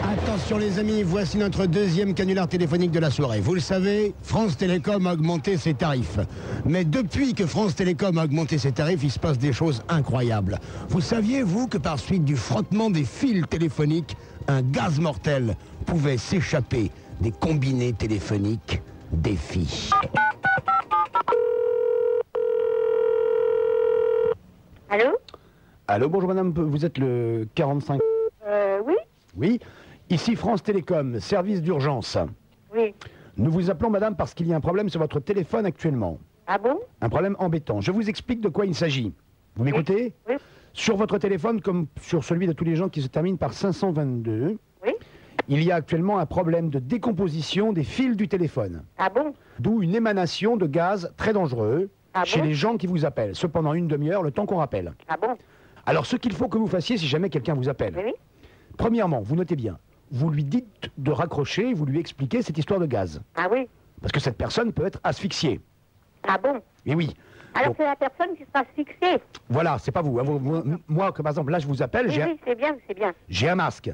Attention les amis, voici notre deuxième canular téléphonique de la soirée. Vous le savez, France Télécom a augmenté ses tarifs. Mais depuis que France Télécom a augmenté ses tarifs, il se passe des choses incroyables. Vous saviez, vous, que par suite du frottement des fils téléphoniques, un gaz mortel pouvait s'échapper des combinés téléphoniques des filles Allô Allô, bonjour madame, vous êtes le 45 euh, Oui Oui, ici France Télécom, service d'urgence. Oui. Nous vous appelons madame parce qu'il y a un problème sur votre téléphone actuellement. Ah bon Un problème embêtant. Je vous explique de quoi il s'agit. Vous m'écoutez Oui. Sur votre téléphone, comme sur celui de tous les gens qui se termine par 522, Oui il y a actuellement un problème de décomposition des fils du téléphone, Ah bon d'où une émanation de gaz très dangereux Ah chez bon les gens qui vous appellent. Cependant, une demi-heure, le temps qu'on rappelle. Ah bon Alors, ce qu'il faut que vous fassiez si jamais quelqu'un vous appelle, Oui, oui. premièrement, vous notez bien, vous lui dites de raccrocher et vous lui expliquez cette histoire de gaz. Ah oui Parce que cette personne peut être asphyxiée. Ah bon Et oui. Alors Bon, c'est la personne qui sera fixée. voilà, c'est pas vous. hein. Vous- vous- Moi, que, par exemple, là, je vous appelle, Oui, j'ai un- oui, c'est bien, c'est bien. j'ai un masque.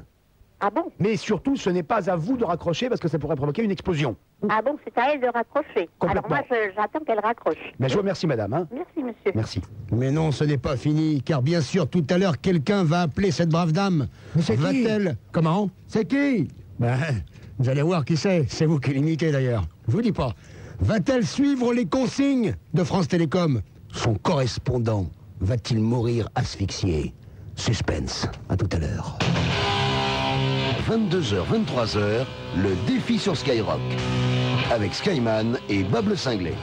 Ah bon Mais surtout, ce n'est pas à vous de raccrocher parce que ça pourrait provoquer une explosion. Ah bon, c'est à elle de raccrocher. Alors Complètement. moi, je- j'attends qu'elle raccroche. Mais je vous remercie, madame. hein. Merci, monsieur. Merci. Mais non, ce n'est pas fini, car bien sûr, tout à l'heure, quelqu'un va appeler cette brave dame. c'est qui Va-t-elle Comment C'est qui Ben, vous allez voir qui c'est. C'est vous qui l'imitez d'ailleurs. Je vous dis pas. Va-t-elle suivre les consignes de France Télécom Son correspondant va-t-il mourir asphyxié Suspense. À tout à l'heure. 22h, 23h, le défi sur Skyrock. Avec Skyman et Bob le Cinglé.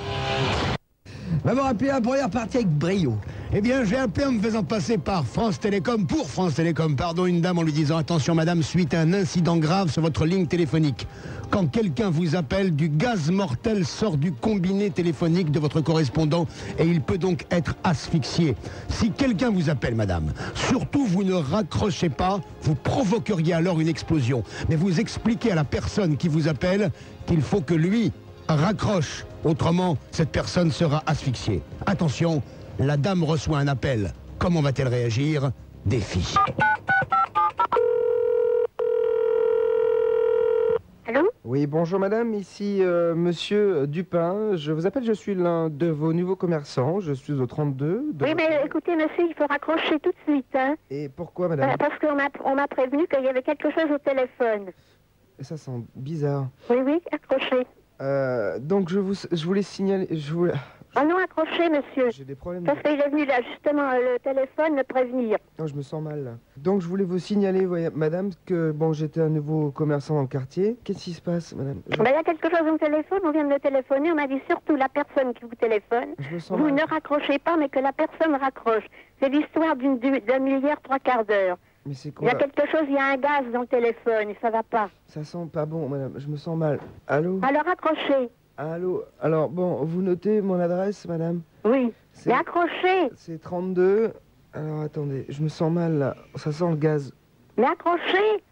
M'avoir appelé la première partie avec brio. Eh bien, j'ai appelé en me faisant passer par France Télécom, pour France Télécom, pardon, une dame en lui disant Attention, madame, suite à un incident grave sur votre ligne téléphonique. Quand quelqu'un vous appelle, du gaz mortel sort du combiné téléphonique de votre correspondant et il peut donc être asphyxié. Si quelqu'un vous appelle, madame, surtout vous ne raccrochez pas, vous provoqueriez alors une explosion. Mais vous expliquez à la personne qui vous appelle qu'il faut que lui raccroche. Autrement, cette personne sera asphyxiée. Attention, la dame reçoit un appel. Comment va-t-elle réagir Défi. Allô Oui, bonjour madame, ici euh, monsieur euh, Dupin. Je vous appelle, je suis l'un de vos nouveaux commerçants. Je suis au 32. de- Oui, mais écoutez, monsieur, il faut raccrocher tout de suite. Hein, Et pourquoi Ben Euh, madame parce qu'on m'a on m'a prévenu qu'il y avait quelque chose au téléphone. Ça sent bizarre. Oui, oui, accrochez. Euh, donc je vous, je voulais signaler. Je voulais... Oh non, accrochez, monsieur. J'ai des problèmes. Parce qu'il est venu là, justement, euh, le téléphone, me prévenir. Non, Oh, je me sens mal. là. Donc je voulais vous signaler, voyez, madame, que bon, j'étais un nouveau commerçant dans le quartier. Qu'est-ce qui se passe, madame je, Ben, il y a quelque chose au téléphone, on vient de me téléphoner, on m'a dit surtout la personne qui vous téléphone, je me sens vous mal. ne raccrochez pas, mais que la personne raccroche. C'est l'histoire d'une du- d'un milliard trois quarts d'heure. Mais c'est Il quoi y a quelque chose, il y a un gaz dans le téléphone, et ça va pas. Ça sent pas bon, madame. Je me sens mal. Allô Alors raccrochez, Allô Alors bon, vous notez mon adresse, madame oui. C'est- Mais accrochez, C'est 32. Alors attendez, je me sens mal là. Ça sent le gaz. mais accrochez,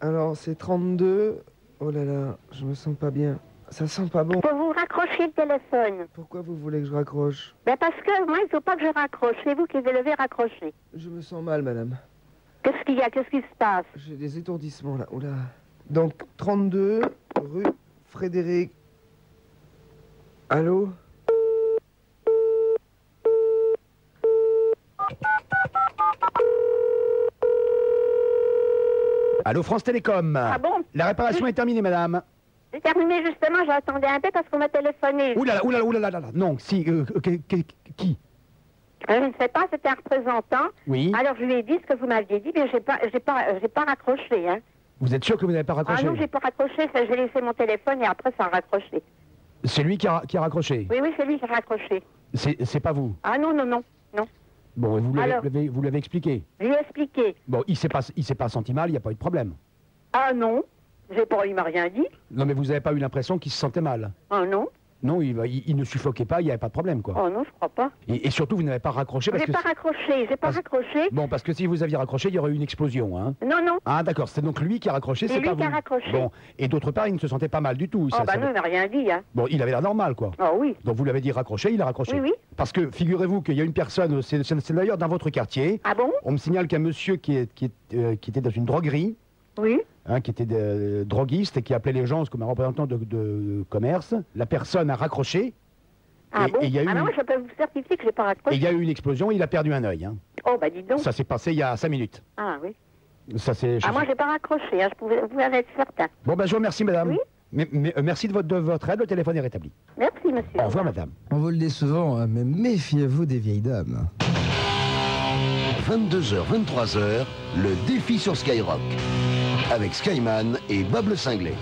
Alors c'est 32. Oh là là, je me sens pas bien. Ça sent pas bon. faut que vous raccrochiez le téléphone. Pourquoi vous voulez que je raccroche Ben parce que moi, il faut pas que je raccroche, c'est vous qui devez lever raccrocher. Je me sens mal, madame. Qu'est-ce qu'il y a, qu'est-ce qui se passe J'ai des étourdissements là. Oula. Donc 32 rue Frédéric. Allô Allô, France Télécom. Ah bon La réparation est terminée, madame. J'ai terminé justement, j'attendais un peu parce qu'on m'a téléphoné. Ouh là là, ouh là là, ouh là là là. Non, si, euh, que- que- qui Euh, Je ne sais pas, c'était un représentant. Oui. Alors je lui ai dit ce que vous m'aviez dit, mais j'ai pas, j'ai pas, j'ai pas raccroché. Hein. Vous êtes sûr que vous n'avez pas Ah raccroché non, j'ai pas raccroché. ça, J'ai laissé mon téléphone et après ça a raccroché. C'est lui qui a, qui a raccroché. Oui, oui, c'est lui qui a raccroché. C'est c'est pas vous. Ah non, non, non. Bon, vous l'avez- Alors l'avez- vous l'avez expliqué. J'ai expliqué. Bon, il s'est pas, il s'est pas senti mal, il n'y a pas eu de problème. Ah non, j'ai pas, il m'a rien dit. Non, mais vous n'avez pas eu l'impression qu'il se sentait mal. Ah non, Non, il, il- il ne suffoquait pas, il n'y avait pas de problème, quoi. oh non, je crois pas. Et, et surtout, vous n'avez pas raccroché Ah, parce J'ai que... Ah, pas raccroché, j'ai pas Parce- raccroché. Bon, parce que si vous aviez raccroché, il y aurait eu une explosion, hein. Non, non. Ah, d'accord, c'est donc lui qui a raccroché, C'est c'est lui pas qui a vous. raccroché. Bon, et d'autre part, il ne se sentait pas mal du tout. oh ça- bah ça- non, il m'a rien dit. Hein. Bon, il avait l'air normal, quoi. Ah oui. Donc vous l'avez dit raccroché, il a raccroché. Oui, oui. Parce que figurez-vous qu'il y a une personne, c'est c'est- c'est d'ailleurs dans votre quartier, Ah bon on me signale qu'un monsieur qui, est- qui est, euh, qui était dans une droguerie Oui. hein, qui était euh, droguiste et qui appelait les gens comme un représentant de, de commerce. La personne a raccroché. Ah et- bon et il y a eu Ah non, une- je peux vous certifier que j'ai pas Et raccroché. il y a eu une explosion et il a perdu un œil. hein. Oh, bah dis donc. Ça s'est passé il y a cinq minutes. Ah oui. Ça c'est. Ah, moi, j'ai pas raccroché, hein, je pouvais, vous pouvez en être certain. Bon, ben, je vous remercie, madame. Oui. Mais- mais, euh, merci de votre, de votre aide. Le téléphone est rétabli. Merci, monsieur. Au revoir, madame. On vous le dit souvent, hein, mais méfiez-vous des vieilles dames. 22h, 23h, le défi sur Skyrock. Avec Skyman et Bob le Cinglé.